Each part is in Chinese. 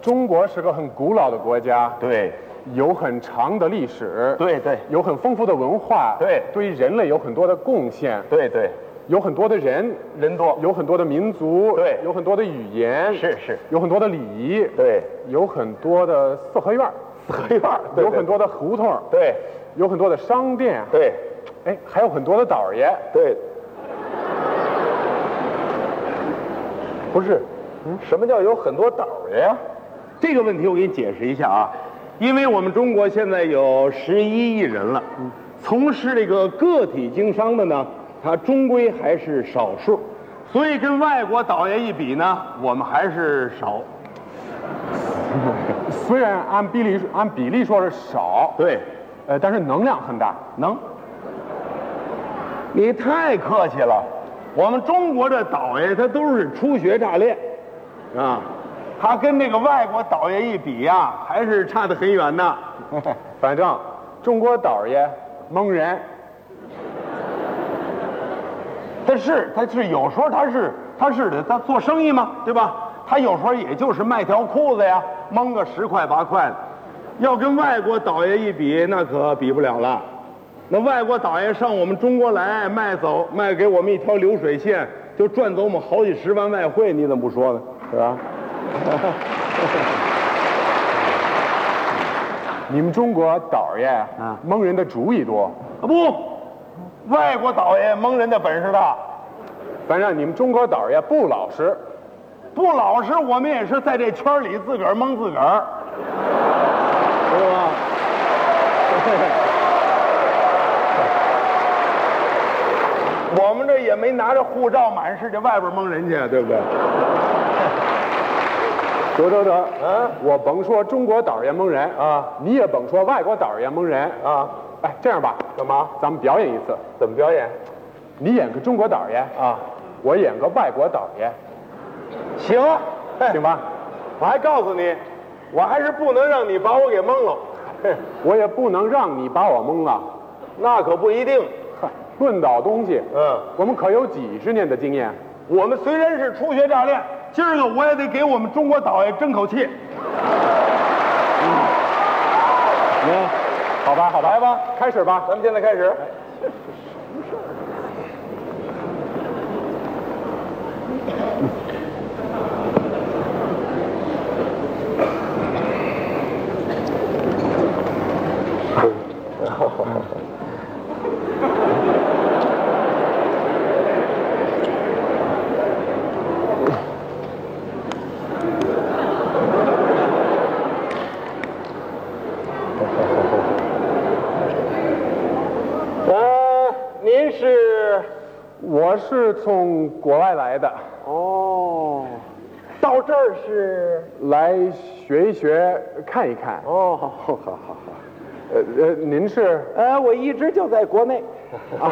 中国是个很古老的国家，对，有很长的历史，对对有很丰富的文化，对对于人类有很多的贡献，对对，有很多的人，人多，有很多的民族，对有很多的语言，是是，有很多的礼仪，对有很多的四合院儿，四合院儿对对有很多的胡同儿，对有很多的商店，对哎，还有很多的倒儿爷，对，不是，嗯什么叫有很多岛儿呀？这个问题我给你解释一下啊，因为我们中国现在有十一亿人了，嗯从事这个个体经商的呢，它终归还是少数，所以跟外国倒爷一比呢，我们还是少。 虽然按比例按比例说是少，对，呃，但是能量很大。能。你太客气了，我们中国这倒爷他都是初学乍练，啊，他跟那个外国倒爷一比呀、还是差得很远呢。反正中国倒儿爷蒙人，他是他是有时候他是他是的，他做生意嘛，对吧？他有时候也就是卖条裤子呀，蒙个十块八块的，要跟外国倒爷一比，那可比不了了。那外国倒爷上我们中国来卖走卖给我们一条流水线，就赚走我们好几十万外汇，你怎么不说呢？是吧？ 你们中国倒儿爷啊蒙人的主意多。啊不，外国倒爷蒙人的本事大，反正你们中国倒儿爷不老实，不老实，我们也是在这圈里自个儿蒙自个儿，知道吗？ 我们这也没拿着护照满世界外边蒙人去，对不对？得得得，嗯，我甭说中国倒儿爷蒙人啊，你也甭说外国倒儿爷蒙人啊。哎，这样吧，干嘛？咱们表演一次，怎么表演？你演个中国倒儿爷啊，我演个外国倒儿爷，行，行吧？我还告诉你，我还是不能让你把我给蒙了，我也不能让你把我蒙了。那可不一定。嗨，论倒东西，嗯，我们可有几十年的经验。我们虽然是初学乍练，今儿个我也得给我们中国导演争口气。嗯，好吧，好吧，来吧，开始吧，咱们现在开始。呃，您是？我是从国外来的，哦，到这儿是？来学一学，看一看。哦，好好好好。呃呃，您是？呃，我一直就在国内，啊，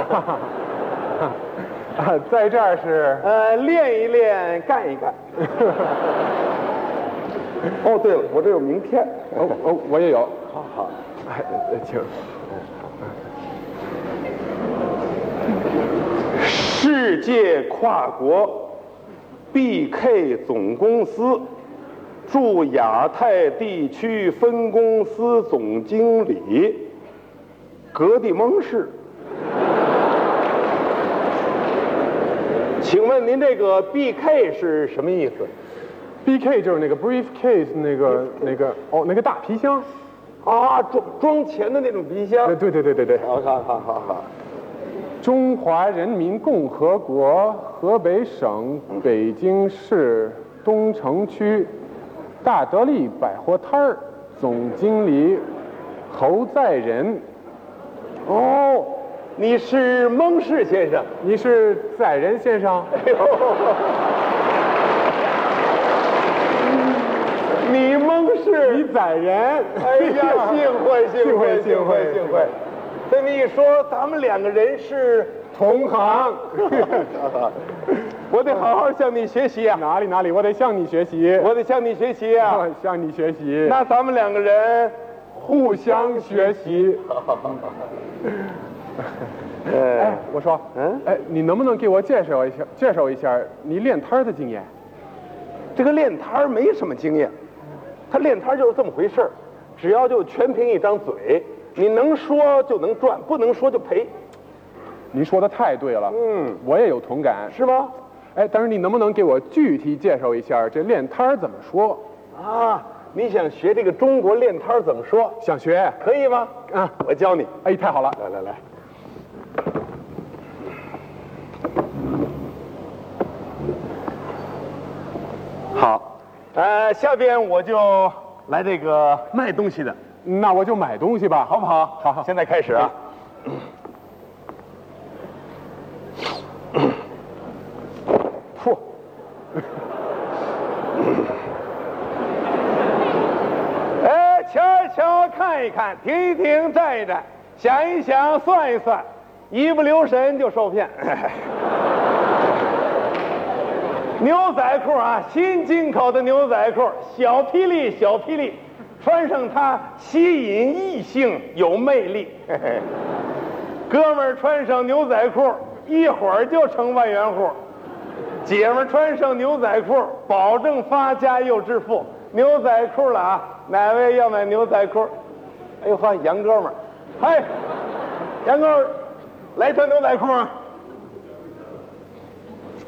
在这儿是？呃，练一练，干一 干。哦，对了，我这有名片。哦哦，我也有。好好。哎，呃请。世界跨国 BK 总公司驻亚太地区分公司总经理格蒂蒙氏，请问您这个 BK 是什么意思？ B K 就是那个 briefcase 那个那个哦那个大皮箱。啊，装装钱的那种皮呃，箱。对对对对对，好好好好好。中华人民共和国河北省北京市东城区大德利百货摊儿总经理侯在仁，哦，你是蒙氏先生。你是载仁先生？你蒙氏，你载仁？哎呀，幸会幸幸会会幸会幸幸会会！这么一说，咱们两个人是，同行，我得好好向你学习啊！哪里哪里，我得向你学习，我得向你学习啊！我向你学习，那咱们两个人，互相学习。哎，我说，嗯，哎，你能不能给我介绍一下，介绍一下你练摊儿的经验？这个练摊儿没什么经验，他练摊儿就是这么回事儿，只要就全凭一张嘴，你能说就能赚，不能说就赔，您说的太对了，嗯，我也有同感。是吗？哎，但是你能不能给我具体介绍一下这练摊儿怎么说？啊，你想学这个中国练摊儿怎么说？想学？可以吗？啊，我教你。哎，太好了，来来来，好，呃，下边我就来这个卖东西的，那我就买东西吧，好好不好？好好，现在开始啊。嚯，哎，瞧一瞧，看一看，停一停，站一站，想一想，算一算，一不留神就受骗。牛仔裤啊，新进口的牛仔裤，小霹雳，小霹雳，穿上它吸引异性，有魅力。 哥们儿穿上牛仔裤，一会儿就成万元户。姐们儿穿上牛仔裤，保证发家又致富。牛仔裤了啊，哪位要买牛仔裤？哎呦呵，杨哥们儿，嗨，杨哥们儿，来条牛仔裤啊！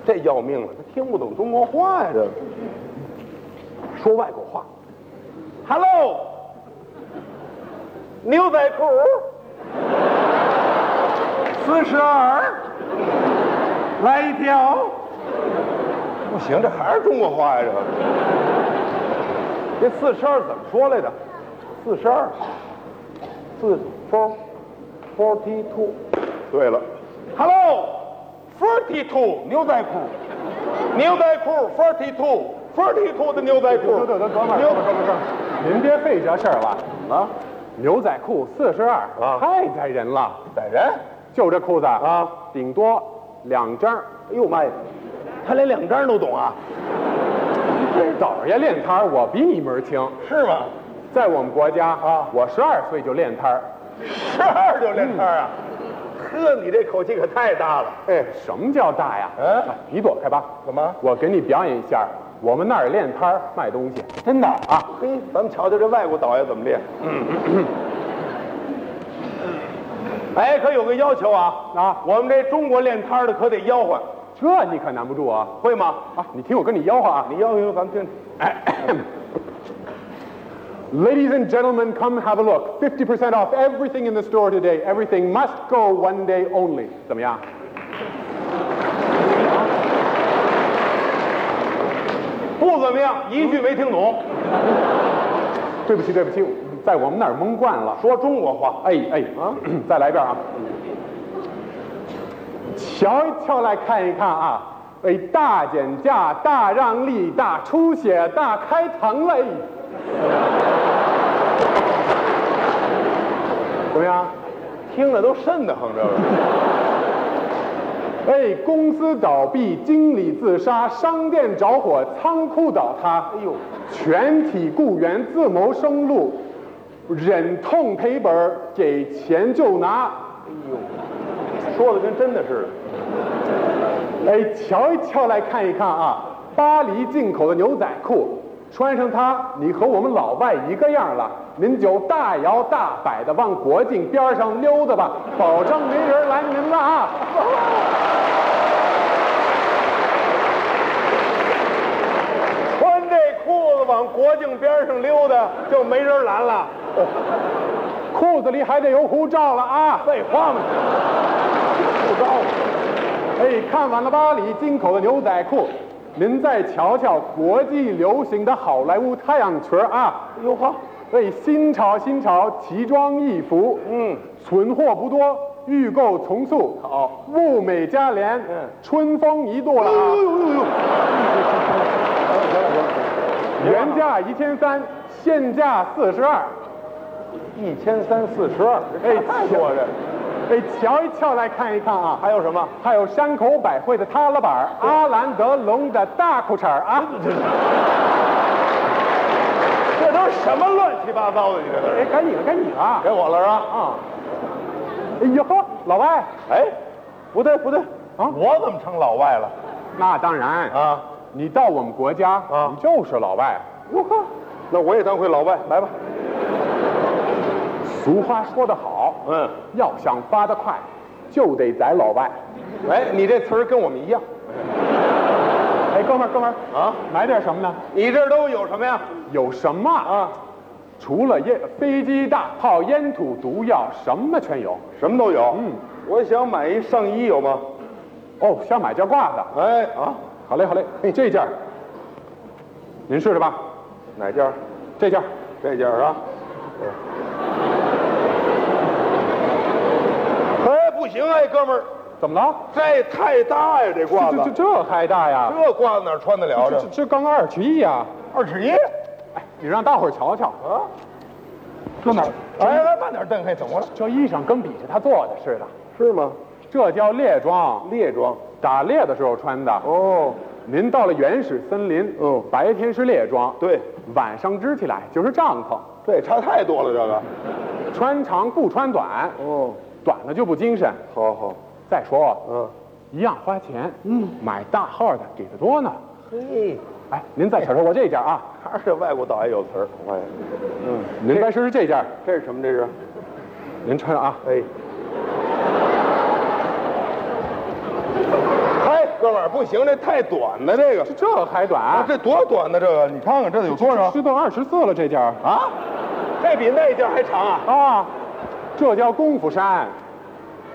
这要命了，他听不懂中国话呀，这说外国话。 Hello，牛仔裤，四十二，来一条。不行，这还是中国话呀！这这四十二怎么说来着？四十二，四 four forty two。对了， Hello，forty two 牛仔裤，牛仔裤 forty two，forty two 的牛仔裤。等等等会儿牛等您别费这事儿了。啊，牛仔裤四十二，太宰人了，宰人！就这裤子啊，顶多两张儿。哎呦妈呀，他连两张都懂啊？这倒爷练摊儿，我比你门儿清。是吗？在我们国家啊，我十二岁就练摊儿，十二就练摊啊？ 呵，你这口气可太大了。哎，什么叫大呀？嗯哎你躲开吧。怎么我给你表演一下，我们那儿练摊儿卖东西。真的啊？嘿，咱们瞧瞧这外国导演怎么练。嗯哎，可有个要求啊啊我们这中国练摊儿的可得吆喝，这你可难不住啊！会吗？啊，你听我跟你吆喝啊！你要不要咱们听听？ Ladies and gentlemen, come have a look. 50% off everything in the store today. Everything must go one day only. 怎么样？不怎么样，一句没听懂。嗯对不起，对不起，在我们那儿蒙惯了。说中国话，哎哎啊， 再来一遍啊！瞧一瞧，来看一看啊！哎，大减价，大让利，大出血，大开膛哎嘞！怎么样？听着都瘆得慌，这个。哎，公司倒闭，经理自杀，商店着火，仓库倒塌，哎呦，全体雇员自谋生路，忍痛赔本儿，给钱就拿。说的跟真的似的。哎，瞧一瞧，来看一看啊，巴黎进口的牛仔裤，穿上它，你和我们老外一个样了。您就大摇大摆的往国境边上溜达吧，保证没人拦您了啊！穿这裤子往国境边上溜达，就没人拦了。裤子里还得有护照了啊！废话嘛，不高。哎，看完了巴黎进口的牛仔裤，您再瞧瞧国际流行的好莱坞太阳裙儿啊！哟呵，哎，新潮新潮奇装异服，嗯，存货不多，预购从速，好，物美价廉，嗯，春风一度了啊！原价一千三，现价四十二。一千三四十二，哎哎，太多了。哎，瞧一瞧，来看一看啊！还有什么？还有山口百惠的塌拉板儿，阿兰德龙的大裤衩儿啊！这都什么乱七八糟的？你这都哎，该你了，该你了！给我了是吧？啊！哎呦呵，老外，哎，不对不对啊我怎么成老外了那当然，啊？你到我们国家，啊你就是老外。哟呵，那我也当回老外，来吧。俗话说得好，嗯，要想发得快，就得宰老外。哎，你这词儿跟我们一样哎，哥们儿，哥们儿，啊？买点什么呢？你这儿都有什么呀？有什么啊？除了烟、飞机、大炮、烟土、毒药，什么全有。什么都有。嗯，我想买一上衣，有吗？哦，想买件褂子。哎啊，好嘞，好嘞。哎，这件儿，您试试吧。哪件儿？这件儿，这件儿啊？哎，不行哎，哥们儿，怎么了？这太大呀，这褂这这子，这还大呀？这褂子哪儿穿得了？这这这刚二尺一呀！二尺一。哎，你让大伙儿瞧瞧，啊，这哪？哎，来慢点蹬，嘿，怎么了？这衣裳跟比着他做的似的。是吗？这叫猎装，猎装。打猎的时候穿的。哦，您到了原始森林，嗯白天是猎装，对，晚上支起来就是帐篷，这也差太多了，这个。穿长不穿短，哦，短了就不精神。好好，再说，嗯，一样花钱，嗯，买大号的给的多呢。嘿，哎，您再瞅瞅我这件啊，还是这外国导演有词儿，我发现。嗯，您再试试这件，这是什么？这是？您穿啊，哎，嗨，哎哥们儿，不行，这太短了，这个，啊这还短，这多短呢？这个，你看看啊这有多少这都二十四了这件啊？这比那件还长啊？啊，这叫功夫衫，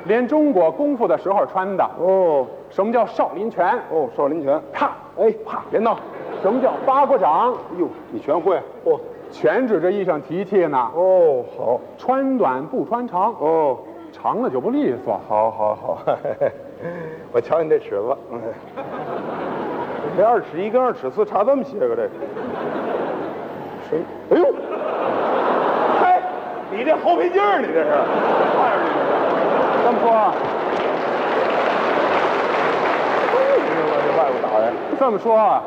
连中国功夫的时候穿的。哦什么叫少林拳？哦，少林拳，啪，哎啪，别闹。什么叫八卦掌？哎呦，你全会？哦全指着衣裳提气呢，哦，好穿短不穿长，哦，长了就不利索。好好好， 我瞧你这尺子，嗯这二尺一跟二尺四差这么些个，这个，谁？哎呦，嗨，你这猴皮筋儿，你这是？看着你这是。这么说，啊哎这外国打人这么说啊，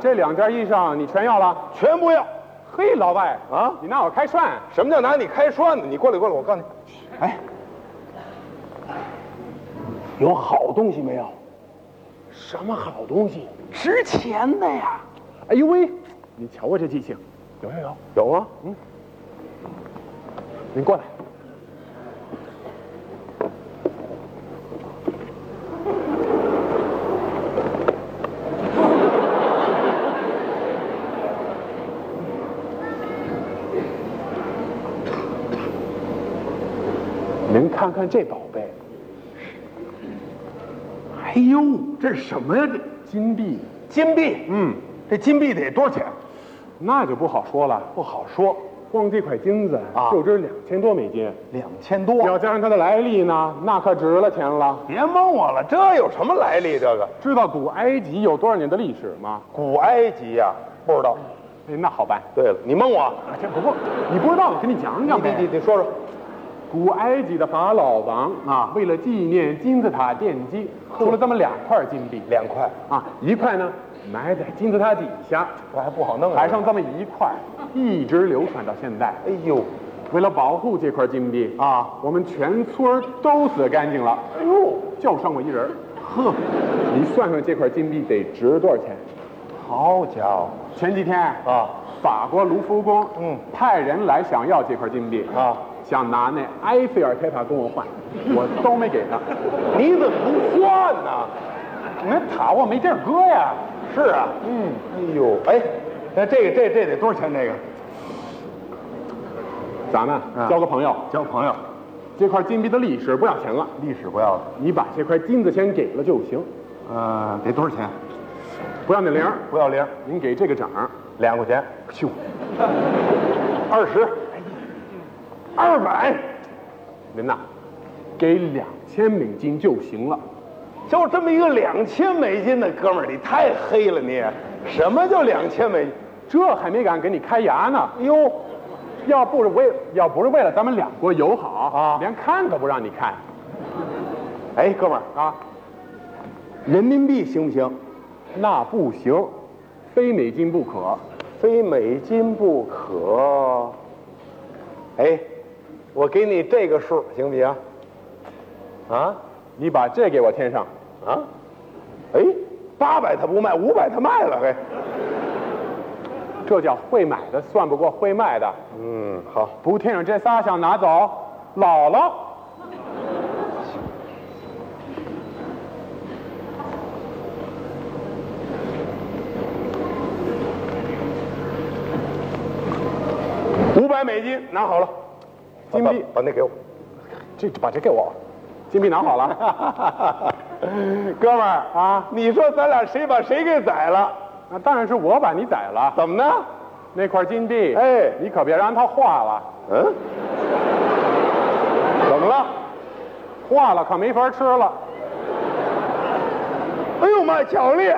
这两件衣裳你全要了？全不要。嘿，老外啊你拿我开涮？什么叫拿你开涮呢？你过来，过来，我告诉你，哎，有好东西没有？什么好东西？值钱的呀！哎呦喂，你瞧我这记性，有有有，有啊，您嗯过来。您看看这宝贝，哎呦，这是什么呀？这金币，金币，嗯，这金币得多少钱？那就不好说了。不好说，光这块金子啊就值两千多美金，两千多。要加上它的来历呢，那可值了钱了。别蒙我了，这有什么来历？这个知道古埃及有多少年的历史吗？古埃及呀、不知道。哎，那好办，对了，你蒙我，啊，这不不，你不知道，我给你讲讲你呗。你你说说，古埃及的法老王啊为了纪念金字塔奠基，出了这么两块金币两块，啊，一块呢埋在金字塔底下，这还不好弄啊。还剩这么一块，一直流传到现在。哎呦，为了保护这块金币啊，我们全村儿都死干净了，哎呦，就剩我一人儿。呵，你算算这块金币得值多少钱？好家伙前几天啊，法国卢浮宫嗯派人来想要这块金币啊，想拿那埃菲尔铁塔跟我 换，我都没给他。你怎么不换呢？那塔我没地儿搁呀。是啊，嗯，哎呦，哎，那这个这这得多少钱？这个咱们啊啊交个朋友，交朋友，这块金币的历史不要钱了，历史不要了。你把这块金子钱给了就行，呃，得多少钱？不要那零儿，不要零，您给这个整儿，两块钱，咻，二十，二百，您呐，给两千美金就行了。就这么一个两千美金的哥们儿，你太黑了你！什么叫两千美金？这还没敢给你开牙呢，哟，要不是为要不是为了咱们两国友好啊连看都不让你看哎，哥们儿，啊，人民币行不行？那不行，非美金不可。非美金不可。哎，我给你这个数行不行？啊你把这给我添上，啊！哎，八百他不卖，五百他卖了，嘿，这叫会买的算不过会卖的。嗯，好，不听这仨想拿走，姥姥，五百美金拿好了，金币把把那给我。这把这给我，金币拿好了。哥们儿啊你说咱俩谁把谁给宰了？那当然是我把你宰了。怎么呢？那块金币，哎你可别让它化了，嗯，怎么了？化了可没法吃了。哎呦妈，巧力！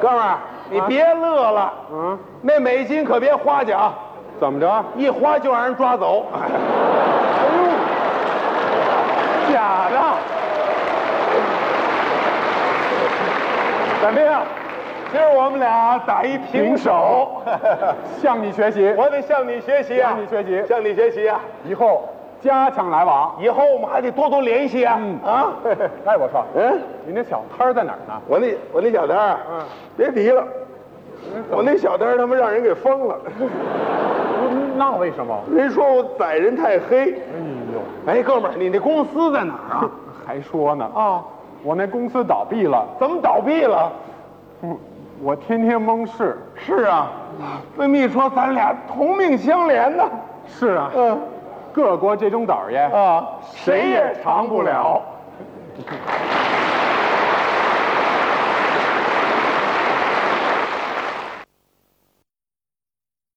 哥们儿，你啊别乐了，嗯，那美金可别花去啊，怎么着？一花就让人抓走。假的。怎么样？今儿我们俩打一平手，向你学习，我得向你学习啊向，你学习，向你学习啊！以后加强来往。以后我们还得多多联系 啊！嗯啊，哎，我说，嗯，您这小摊儿在哪儿呢？我那我那小摊儿，嗯，别提了，我那小摊儿他妈让人给封了，嗯那为什么？人说我宰人太黑，哎呦，哎，哥们儿，你那公司在哪儿啊？还说呢啊！我那公司倒闭了，怎么倒闭了？我天天蒙事。是啊，闺蜜说咱俩同命相连呢。是啊，嗯各国这种倒爷，啊，谁谁也也长长不不了了。